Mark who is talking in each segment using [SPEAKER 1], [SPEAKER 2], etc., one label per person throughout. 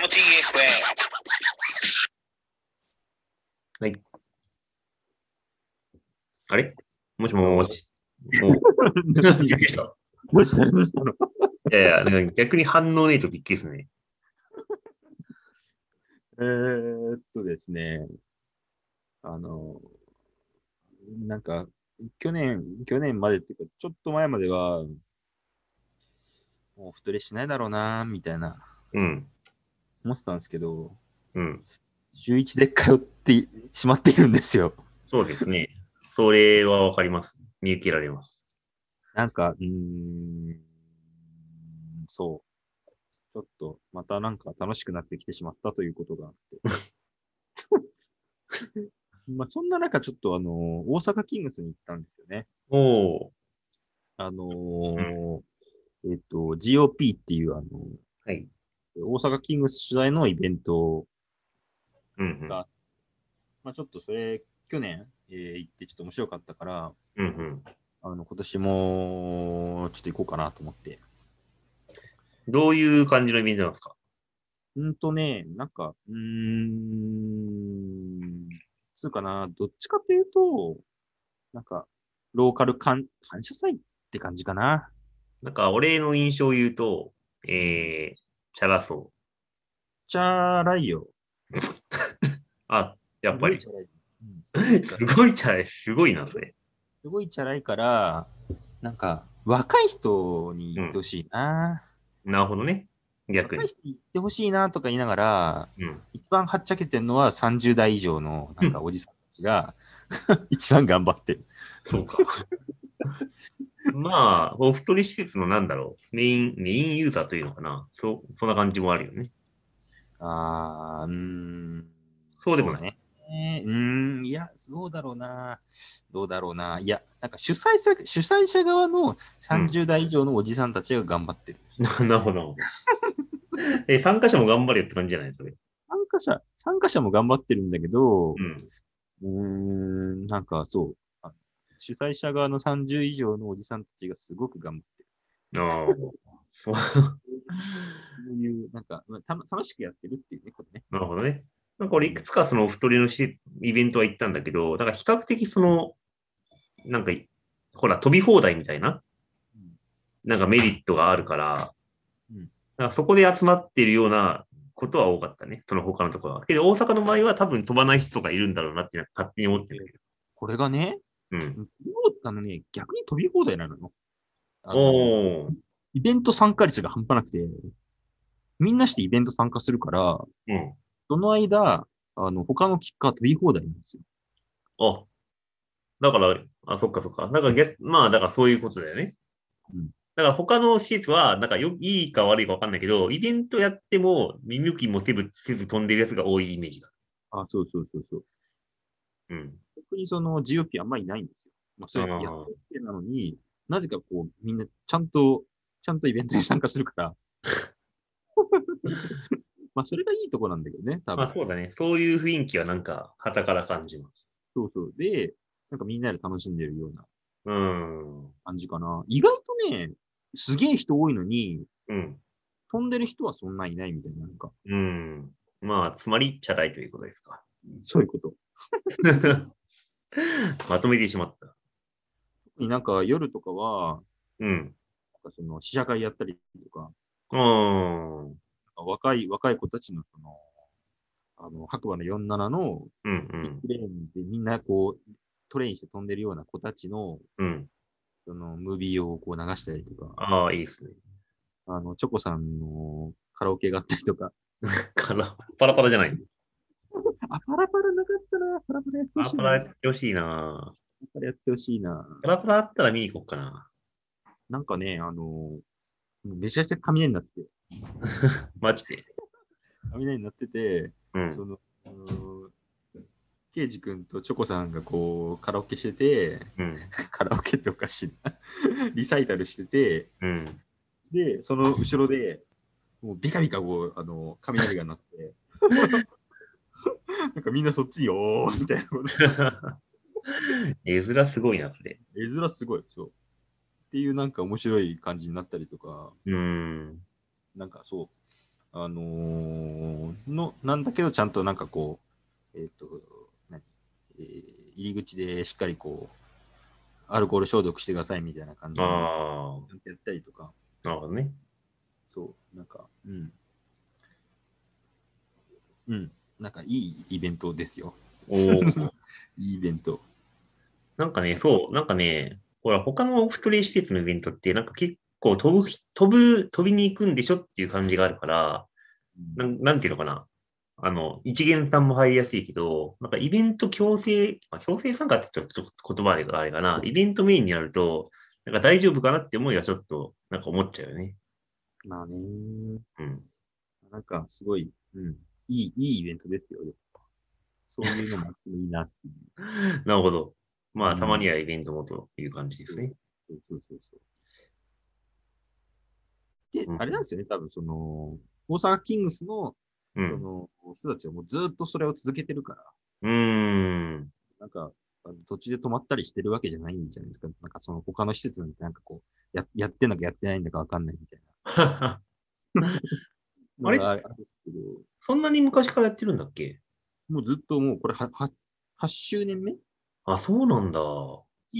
[SPEAKER 1] の TFA。
[SPEAKER 2] あれもしもーし。おびっくりした。
[SPEAKER 3] どうしたどうしたの
[SPEAKER 2] いやいや、なんか逆に反応ねえとびっくりですね。
[SPEAKER 3] えーっとですね、あの、なんか、去年、去年までっていうか、ちょっと前までは、もう太りしないだろうな、みたいな、
[SPEAKER 2] うん。
[SPEAKER 3] 思ってたんですけど、
[SPEAKER 2] うん。
[SPEAKER 3] 11で通ってしまっているんですよ。
[SPEAKER 2] そうですね。それはわかります。見受けられます。
[SPEAKER 3] なんか、うーん、そう。ちょっと、またなんか楽しくなってきてしまったということがあって。 まあ、そんな中、ちょっとあの、大阪キングスに行ったんですよね。
[SPEAKER 2] おー。
[SPEAKER 3] あのーえっと、GOP っていう、あの、
[SPEAKER 2] はい。
[SPEAKER 3] 大阪キングス主催のイベントを、
[SPEAKER 2] うん
[SPEAKER 3] がまあ、ちょっとそれ、去年、えー行ってちょっと面白かったから、
[SPEAKER 2] うん。うんうん。
[SPEAKER 3] あの、今年も、ちょっと行こうかなと思って。
[SPEAKER 2] どういう感じのイベントなんですか
[SPEAKER 3] うんとね、なんか、うーん、つうかな、どっちかというと、なんか、ローカル感感謝祭って感じかな。
[SPEAKER 2] なんか、俺の印象を言うと、えー、チャラそう。
[SPEAKER 3] チャラいよ。
[SPEAKER 2] あ、やっぱり。す
[SPEAKER 3] すごいチャラい。うん
[SPEAKER 2] ごいチャラい。すごいな、それ。
[SPEAKER 3] すごいチャラいから、なんか、若い人に行ってほしいな。
[SPEAKER 2] なるほどね。逆
[SPEAKER 3] 若
[SPEAKER 2] に
[SPEAKER 3] い。人に行ってほしいなとか言いながら、
[SPEAKER 2] うん。
[SPEAKER 3] 一番はっちゃけてるのは30代以上の、なんかおじさんたち が、一番頑張ってる。
[SPEAKER 2] そうか。まあ、お太り施設のなんだろう。メイン、メインユーザーというのかな。そう、そんな感じもあるよね。
[SPEAKER 3] あー、うーん。
[SPEAKER 2] そうでもない。
[SPEAKER 3] ね。えーうーん、いや、どうだろうな。どうだろうな。いや、なんか主催者主催者側の30代以上のおじさんたちが頑張ってる。
[SPEAKER 2] な なるほどなるほど。え、参加者も頑張れよって感じじゃないそれ。
[SPEAKER 3] 参加者、参加者も頑張ってるんだけど、
[SPEAKER 2] うん。
[SPEAKER 3] うーん、なんかそうあ主催者側の30以上のおじさんたちがすごく頑張ってる。
[SPEAKER 2] ああ。そう。
[SPEAKER 3] そういう、なんか、まあた楽しくやってるっていうね、これね。
[SPEAKER 2] なるほどね。なんか俺、いくつかそのお太りのしイベントは行ったんだけど、なんか比較的その、なんか、ほら、飛び放題みたいな
[SPEAKER 3] うん、
[SPEAKER 2] なんかメリットがあるから、
[SPEAKER 3] うん
[SPEAKER 2] なんかそこで集まってるようなことは多かったね。その他のところは。けど、大阪の場合は多分飛ばない人がいるんだろうなっていうのは勝手に思ってるんだけど。
[SPEAKER 3] これがね、
[SPEAKER 2] うん。
[SPEAKER 3] あのね、逆に飛び放題なのよ。あの
[SPEAKER 2] おー。
[SPEAKER 3] イベント参加率が半端なくて、みんなしてイベント参加するから、
[SPEAKER 2] うん。
[SPEAKER 3] その間、あの、他のキッカー飛び放題なんですよ。
[SPEAKER 2] あ、だから、あ、そっかそっか。なんか逆、まあ、だからそういうことだよね。
[SPEAKER 3] うん
[SPEAKER 2] だから他の施設は、なんかよ、いいか悪いかわかんないけど、イベントやっても、見向きもせず、せず飛んでるやつが多いイメージだ。
[SPEAKER 3] あ、そうそうそうそう。
[SPEAKER 2] うん。
[SPEAKER 3] 特にその GOP あんまりいないんですよ。まあ、そういう
[SPEAKER 2] あー
[SPEAKER 3] やってるってなのに、なぜかこう、みんなちゃんと、ちゃんとイベントに参加するから。 まあ、それがいいとこなんだけどね、多
[SPEAKER 2] ま
[SPEAKER 3] 分
[SPEAKER 2] あ。そうだね。そういう雰囲気はなんか、傍から感じます。
[SPEAKER 3] そうそう。で、なんかみんなで楽しんでるような
[SPEAKER 2] うん。
[SPEAKER 3] 感じかな。意外とね、すげえ人多いのに、
[SPEAKER 2] うん。
[SPEAKER 3] 飛んでる人はそんないないみたいな、なんか、
[SPEAKER 2] うん。まあ、つまり、チャラいということですか。
[SPEAKER 3] そういうこと。
[SPEAKER 2] まとめてしまった。
[SPEAKER 3] 特になんか夜とかは、
[SPEAKER 2] うん。
[SPEAKER 3] なんかその試写会やったりとか、
[SPEAKER 2] うん。
[SPEAKER 3] 若い、若い子たちのその、あの、白馬の47の
[SPEAKER 2] うん。うん
[SPEAKER 3] プレーンでみんなこう、トレインして飛んでるような子たちの、
[SPEAKER 2] うん。
[SPEAKER 3] その、ムービーをこう流したりとか、
[SPEAKER 2] ああ、いいですね。
[SPEAKER 3] あの、チョコさんのカラオケがあったりとか、
[SPEAKER 2] から、パラパラじゃない。
[SPEAKER 3] あ、パラパラなかったな、パラパラやってほしい
[SPEAKER 2] パ
[SPEAKER 3] な。
[SPEAKER 2] ラ
[SPEAKER 3] パ
[SPEAKER 2] パラやってほしいな
[SPEAKER 3] ラパラやってほしいな。
[SPEAKER 2] パラパラあったら見に行こうかな。
[SPEAKER 3] なんかね、あの、もうめちゃくちゃ雷になってて、
[SPEAKER 2] マジで。
[SPEAKER 3] 雷になってて、
[SPEAKER 2] うん。
[SPEAKER 3] その、あのケイジ君とチョコさんがこう、カラオケしてて、
[SPEAKER 2] うん。
[SPEAKER 3] カラオケっておかしいな。 リサイタルしてて、
[SPEAKER 2] うん。
[SPEAKER 3] で、その後ろで、もうビカビカこう、あの、雷が鳴って、 なんかみんなそっちよーみたいなこと。
[SPEAKER 2] 絵面すごいな、それ。
[SPEAKER 3] 絵面すごい、そう。っていうなんか面白い感じになったりとか、
[SPEAKER 2] うん。
[SPEAKER 3] なんかそう、あのーの、なんだけど、ちゃんとなんかこう、えっ、と、何えー入り口でしっかりこう、アルコール消毒してくださいみたいな感じで、ちゃ
[SPEAKER 2] あ
[SPEAKER 3] んとやったりとか、
[SPEAKER 2] あ、なるほどね。
[SPEAKER 3] そう、なんか、うん。うん、なんかいいイベントですよ。
[SPEAKER 2] お ー
[SPEAKER 3] いいイベント。
[SPEAKER 2] なんかね、そう、なんかね、ほら、他のオフトレイ施設のイベントって、なんか結構飛ぶ、飛ぶ、飛びに行くんでしょっていう感じがあるから、
[SPEAKER 3] うん
[SPEAKER 2] なんなんていうのかな。あの、一元さんも入りやすいけど、なんかイベント強制、まあ、強制参加ってちょっと言葉があれかな、イベントメインになると、なんか大丈夫かなって思いはちょっと、なんか思っちゃうよね。
[SPEAKER 3] まあね、
[SPEAKER 2] うん。
[SPEAKER 3] なんかすごい、うん、いい、いいイベントですよ、やっぱそういうのもあってもいいなっていう。
[SPEAKER 2] なるほど。ま
[SPEAKER 3] う
[SPEAKER 2] あ、
[SPEAKER 3] ん
[SPEAKER 2] たまにはイベントもという感じですね。
[SPEAKER 3] そうそうそうそう。で、
[SPEAKER 2] うん
[SPEAKER 3] あれなんですよね、多分その、大阪キングスの、
[SPEAKER 2] う
[SPEAKER 3] そ
[SPEAKER 2] ん。
[SPEAKER 3] の、人たちはもうずっとそれを続けてるから、
[SPEAKER 2] うーん。
[SPEAKER 3] なんか、あの途中で止まったりしてるわけじゃないんじゃないですか。なんかその他の施設なんてなんかこう、ややってんのかやってないんだかわかんないみたいな。
[SPEAKER 2] あれ
[SPEAKER 3] のがあるんですけど、
[SPEAKER 2] そんなに昔からやってるんだっけ
[SPEAKER 3] もうずっともうこれは、は、8周年目
[SPEAKER 2] あ、そうなんだ。
[SPEAKER 3] もう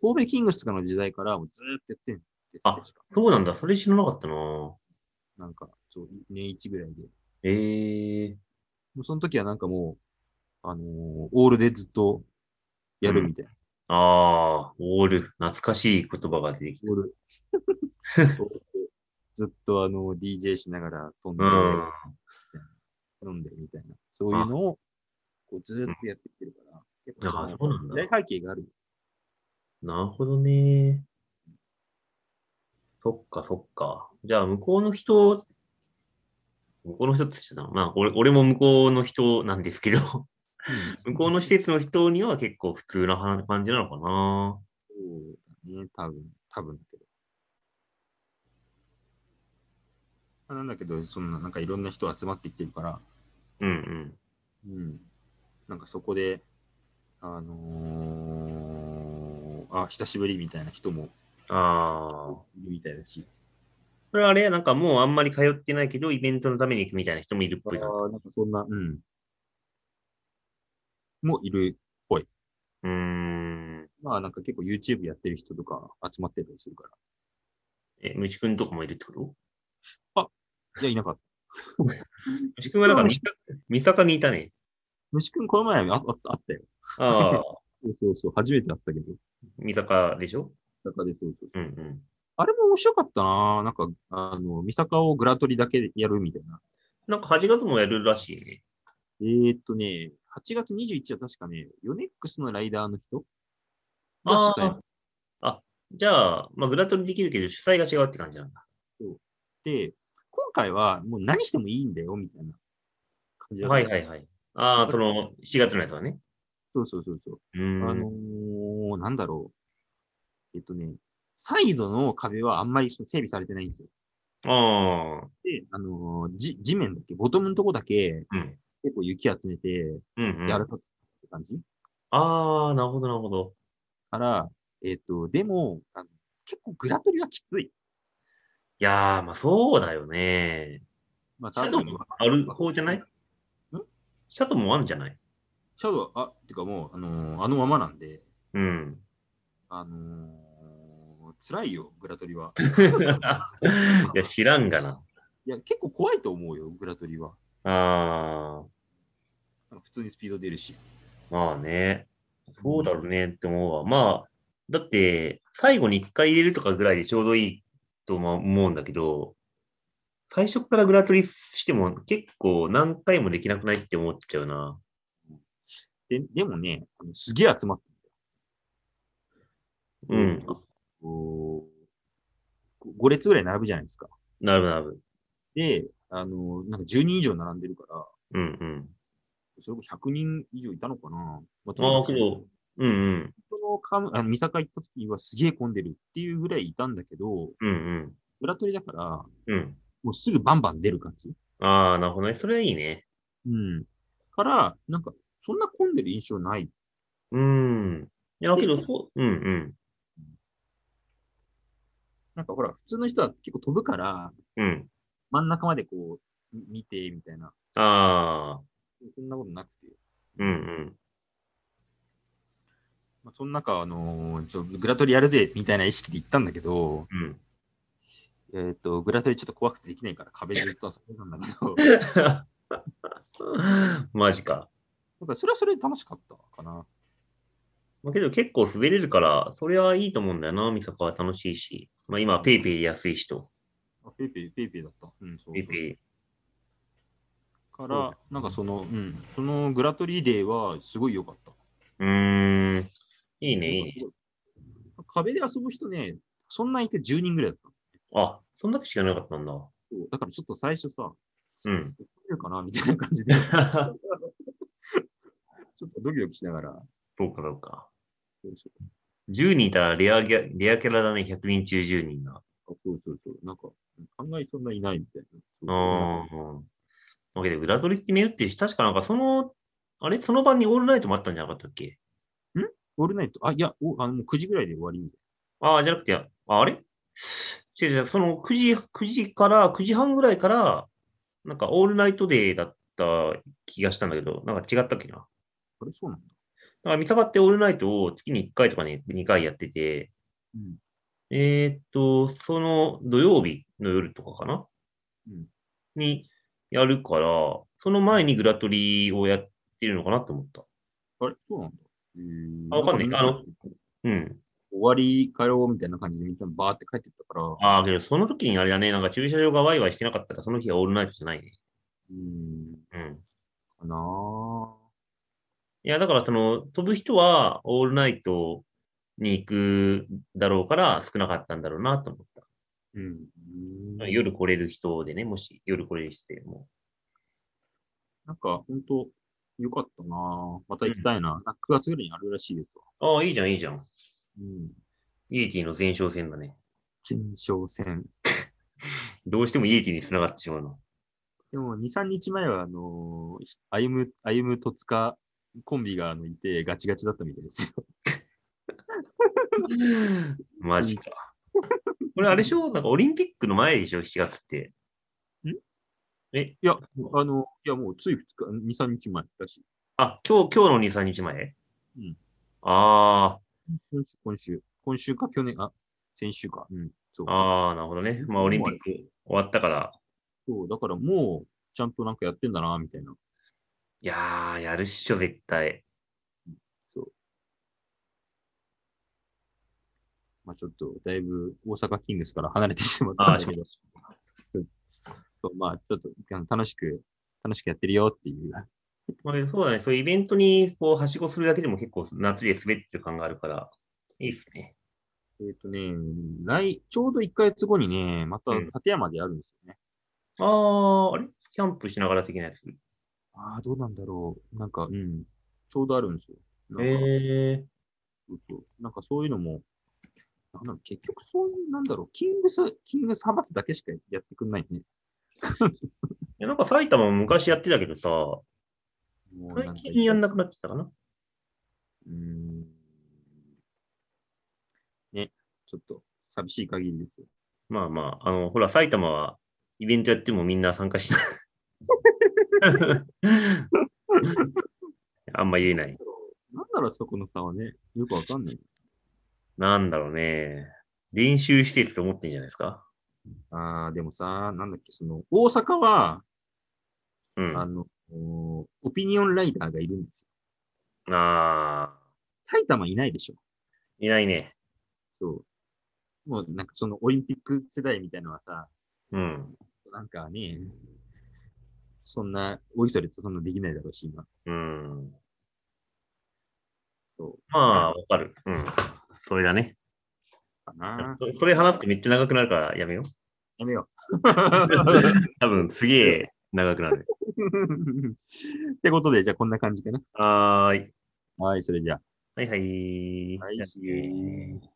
[SPEAKER 3] 神戸キングスとかの時代からもうずーっとやってんですよ
[SPEAKER 2] あ
[SPEAKER 3] 確か
[SPEAKER 2] そうなんだ。それ知らなかったな。
[SPEAKER 3] なんか、そう、年一ぐらいで。
[SPEAKER 2] ええ
[SPEAKER 3] もうその時はなんかもう、あのーオールでずっとやるみたいな。
[SPEAKER 2] ああ、オール。懐かしい言葉が出てきた。
[SPEAKER 3] オール。そうずっとあの、DJ しながら飛んで、
[SPEAKER 2] うん。
[SPEAKER 3] 飲んでみたいな。そういうのを、こうずーっとやってきてるから。やっぱ
[SPEAKER 2] あそうなんだ
[SPEAKER 3] 時代背景がある。
[SPEAKER 2] なるほどね。そっかそっか。じゃあ、向こうの人、向こうの人って言っちゃったな。まあ、俺俺も向こうの人なんですけど、 向こうの施設の人には結構普通な話感じなのかな。
[SPEAKER 3] そうだね、多分、多分だけど。まあなんだけど、そんな、なんかいろんな人集まってきてるから、
[SPEAKER 2] うんうん。
[SPEAKER 3] うん。なんかそこで、あのー、あ、久しぶりみたいな人も
[SPEAKER 2] ああ。
[SPEAKER 3] いるみたいだし、
[SPEAKER 2] それはあれなんかもうあんまり通ってないけど、イベントのために行くみたいな人もいるっ
[SPEAKER 3] あ
[SPEAKER 2] ぽいな。
[SPEAKER 3] ーなんかそんな、うん。もいる。
[SPEAKER 2] うーん。
[SPEAKER 3] まあなんか結構 YouTube やってる人とか集まってたりするか
[SPEAKER 2] え、虫くんとかもいるってこと
[SPEAKER 3] ら。いや、いなかった。
[SPEAKER 2] 虫くんはなんか三坂にいたね。
[SPEAKER 3] 虫くんこの前あああったよ。
[SPEAKER 2] あ あ、
[SPEAKER 3] そうそうそう、初めて会ったけど。
[SPEAKER 2] 三坂でしょ
[SPEAKER 3] だからそうそうそ
[SPEAKER 2] う
[SPEAKER 3] う
[SPEAKER 2] んうん。
[SPEAKER 3] あれも面白かったななんか、あの、三坂をグラトリだけでやるみたいな。
[SPEAKER 2] なんか8月もやるらしいね。
[SPEAKER 3] えー、っとね、8月21日は確かね、ヨネックスのライダーの人が主催
[SPEAKER 2] あああ、じゃあ、まあ、グラトリできるけど、主催が違うって感じなんだ。
[SPEAKER 3] で、今回はもう何してもいいんだよ、みたいな感じだった。
[SPEAKER 2] はいはいはい。ああ、その、7月のやつはね。
[SPEAKER 3] そうそうそうそう。
[SPEAKER 2] うーん。
[SPEAKER 3] あのー、なんだろう。えっとね、サイドの壁はあんまりその整備されてないんですよ。
[SPEAKER 2] ああ、
[SPEAKER 3] で、あのーじ、地面だっけ、ボトムのとこだけ
[SPEAKER 2] うん。
[SPEAKER 3] 結構雪集めて、
[SPEAKER 2] うん、うん。
[SPEAKER 3] 柔らかくって感じ、
[SPEAKER 2] ああ、なるほど、なるほど。
[SPEAKER 3] から、えっと、でもあの、結構グラトリはきつい。
[SPEAKER 2] いやー、まあそうだよね。
[SPEAKER 3] まあ、
[SPEAKER 2] シャ
[SPEAKER 3] 多
[SPEAKER 2] ドウ
[SPEAKER 3] 分
[SPEAKER 2] もある方じゃない
[SPEAKER 3] ん
[SPEAKER 2] シャドウもあるんじゃない
[SPEAKER 3] シャドウ、あ、てかもう、あのーあのままなんで、
[SPEAKER 2] うん。
[SPEAKER 3] あのー辛いよ、グラトリは。
[SPEAKER 2] いや、知らんがな。
[SPEAKER 3] いや、結構怖いと思うよ、グラトリは。
[SPEAKER 2] ああ、
[SPEAKER 3] なんか普通にスピード出るし。
[SPEAKER 2] まあね。そうだろうねって思うわ。まあ、だって、最後に一回入れるとかぐらいでちょうどいいとも思うんだけど、最初からグラトリしても結構何回もできなくないって思っちゃうな。
[SPEAKER 3] ででもね、あのすげえ集まって
[SPEAKER 2] う
[SPEAKER 3] る
[SPEAKER 2] ん。
[SPEAKER 3] こう、5列ぐらい並ぶじゃないですか。
[SPEAKER 2] なるなる。
[SPEAKER 3] で、あのーなんか10人以上並んでるから、
[SPEAKER 2] うんうん。
[SPEAKER 3] それも100人以上いたのかな。ま
[SPEAKER 2] ああ、
[SPEAKER 3] と
[SPEAKER 2] け
[SPEAKER 3] にかく
[SPEAKER 2] ど、うんうん。
[SPEAKER 3] そのカム、あの、三坂行った時はすげえ混んでるっていうぐらいいたんだけど、
[SPEAKER 2] うん
[SPEAKER 3] グラトリだから、も
[SPEAKER 2] うん。うん。
[SPEAKER 3] うすぐバンバン出る感じ。
[SPEAKER 2] ああ、なるほどね。それはいいね。
[SPEAKER 3] うん。から、なんか、そんな混んでる印象ない。
[SPEAKER 2] うん。いや、けど、そう、うんうん。
[SPEAKER 3] なんかほら、普通の人は結構飛ぶから、
[SPEAKER 2] うん。
[SPEAKER 3] 真ん中までこう、見て、みたいな。
[SPEAKER 2] ああ、
[SPEAKER 3] そんなことなくて。
[SPEAKER 2] うんうん。
[SPEAKER 3] まあ、その中、あのーちょグラトリやるぜ、みたいな意識で行ったんだけど、
[SPEAKER 2] うん。
[SPEAKER 3] えっ、と、グラトリちょっと怖くてできないから壁ずっと遊んでたんだけ ど、
[SPEAKER 2] マジか。
[SPEAKER 3] なんかそれはそれで楽しかったかな。
[SPEAKER 2] まあ、けど結構滑れるから、それはいいと思うんだよな。ミサカは楽しいし。まあ今、ペイペイで安いしと。
[SPEAKER 3] あペイペイ、ペイペイだった。うん、そう
[SPEAKER 2] ペイ
[SPEAKER 3] そ
[SPEAKER 2] ペ
[SPEAKER 3] う。
[SPEAKER 2] イ。
[SPEAKER 3] から、なんかその、うん、そのグラトリーデーはすごい良かった。
[SPEAKER 2] うーん。いいね、いいね。
[SPEAKER 3] 壁で遊ぶ人ね、そんないて10人ぐらいだった。
[SPEAKER 2] あ、そんだけしかなかったん だ。
[SPEAKER 3] そうだからちょっと最初さ、
[SPEAKER 2] うん
[SPEAKER 3] できるかなみたいな感じで、ち ょっとドキドキしながら、
[SPEAKER 2] そうか、そうか。10人いたらレアギャレアキャラだね。100人中10人が。
[SPEAKER 3] あそうそうそう、なんか、案外そんないないみたいな。
[SPEAKER 2] あ
[SPEAKER 3] そう
[SPEAKER 2] あ。まあけど、グラトリって目打ってるし、確かなんかその、あれその晩にオールナイトもあったんじゃなかったっけ
[SPEAKER 3] オールナイト、あ、いや、おあのもう9時ぐらいで終わりみたい
[SPEAKER 2] ああ、じゃなくて、ああれ違う違う、その9時、9時から、9時半ぐらいから、なんかオールナイトデーだった気がしたんだけど、なんか違ったっけな。だか
[SPEAKER 3] な。あれ、そうなんだ。
[SPEAKER 2] ら、見たがってオールナイトを月に1回とかね、2回やってて、
[SPEAKER 3] うん。
[SPEAKER 2] えーっと、その土曜日の夜とかかな、
[SPEAKER 3] うん
[SPEAKER 2] にやるから、その前にグラトリをやってるのかなと思った。
[SPEAKER 3] あれ、そうなんだ。うー
[SPEAKER 2] あわかんない
[SPEAKER 3] かみ
[SPEAKER 2] あのうん。
[SPEAKER 3] 終わり帰ろうみたいな感じでみんなバーって帰ってったから、
[SPEAKER 2] ああ、けどその時にあれだね、なんか駐車場がワイワイしてなかったら、その日はオールナイトじゃないね。
[SPEAKER 3] うーん、
[SPEAKER 2] うん。
[SPEAKER 3] かなぁ。
[SPEAKER 2] いや、だからその、飛ぶ人はオールナイトに行くだろうから少なかったんだろうなと思っ
[SPEAKER 3] うん
[SPEAKER 2] た。夜来れる人でね、もし夜来れる人でも。
[SPEAKER 3] なんか、本当よかったなぁまた行きたいな。なんか9月ぐらいにあるらしいですわ。
[SPEAKER 2] ああ、いいじゃん、いいじゃん。
[SPEAKER 3] うん。
[SPEAKER 2] イエティの前哨戦だね。
[SPEAKER 3] 前哨戦。
[SPEAKER 2] どうしてもイエティに繋がってしまう の。
[SPEAKER 3] でも、2、3日前は、あのー、歩む、歩む戸塚コンビがあのいて、ガチガチだったみたいですよ。
[SPEAKER 2] マジか。これあれでしょなんかオリンピックの前でしょ ?7 月って。
[SPEAKER 3] ん
[SPEAKER 2] え
[SPEAKER 3] いや、 あの、いや、もうつい2日、2、3日前だしい。
[SPEAKER 2] あ、今日、今日の2、3日前
[SPEAKER 3] うん。
[SPEAKER 2] あ
[SPEAKER 3] 今週、今週、今週か去年、あ、先週か。うん、そう。
[SPEAKER 2] あ、ああ、なるほどね。まあオリンピック
[SPEAKER 3] ク。
[SPEAKER 2] 終わったから。
[SPEAKER 3] そう、だからもう、ちゃんとなんかやってんだな、みたいな。
[SPEAKER 2] いやー、やるっしょ、絶対。
[SPEAKER 3] まあちょっと、だいぶ大阪キングスから離れてしまった
[SPEAKER 2] あ
[SPEAKER 3] ん
[SPEAKER 2] あ、
[SPEAKER 3] だ
[SPEAKER 2] そ
[SPEAKER 3] け
[SPEAKER 2] う
[SPEAKER 3] ど
[SPEAKER 2] だ、
[SPEAKER 3] そうまあちょっとあの楽しく、楽しくやってるよっていう。
[SPEAKER 2] まあ、そうだね。そういうイベントに、こう、はしごするだけでも結構夏で滑ってる感があるから、いいっすね。
[SPEAKER 3] えっ、とね、来、ちょうど1ヶ月後にね、また
[SPEAKER 2] うん
[SPEAKER 3] 立山でやるんですよね。
[SPEAKER 2] ああ、あれキャンプしながら的なやつ。
[SPEAKER 3] ああ、どうなんだろう。なんか、うん、ちょうどあるんですよ。なんか、
[SPEAKER 2] へえ。
[SPEAKER 3] そうそうなんかそういうのも、なんだろう、結局そういう、なんだろう、キングス、キングス派閥だけしかやってくんないね。
[SPEAKER 2] いやなんか埼玉も昔やってたけどさ、
[SPEAKER 3] もうな
[SPEAKER 2] 最
[SPEAKER 3] んか
[SPEAKER 2] 近やんなくなっちゃったかな。
[SPEAKER 3] うーん。ね、ちょっと寂しい限りですよ。
[SPEAKER 2] まあまあ、あの、ほら、埼玉はイベントやってもみんな参加し ない。あんま言えない。
[SPEAKER 3] なんだろう、そこの差はね、よくわかんない。
[SPEAKER 2] なんだろうね。練習施設と思ってんじゃないですか。
[SPEAKER 3] ああ、でもさ、なんだっけ、その、大阪は、
[SPEAKER 2] うん。
[SPEAKER 3] あ
[SPEAKER 2] あ
[SPEAKER 3] の、おオピニオンライダーがいるんですよ。
[SPEAKER 2] あ
[SPEAKER 3] 埼玉いないでしょ。
[SPEAKER 2] ー、いないね。
[SPEAKER 3] そう。もうなんかそのオリンピック世代みたいなのはさ、
[SPEAKER 2] うん。
[SPEAKER 3] なんかね、そんな、おいそれとそんなできないだろうし、今。
[SPEAKER 2] うん。
[SPEAKER 3] そう。
[SPEAKER 2] まあ、わかる。うん。それだね。
[SPEAKER 3] かな。
[SPEAKER 2] そそれ話すとめっちゃ長くなるからやめよう。
[SPEAKER 3] やめよ
[SPEAKER 2] 多分、すげえ長くなる。
[SPEAKER 3] う。ってことで、じゃあこんな感じかな。
[SPEAKER 2] はーい。
[SPEAKER 3] はい、それじゃあ。
[SPEAKER 2] はいはい。
[SPEAKER 3] はい
[SPEAKER 2] じゃあね
[SPEAKER 3] しゅー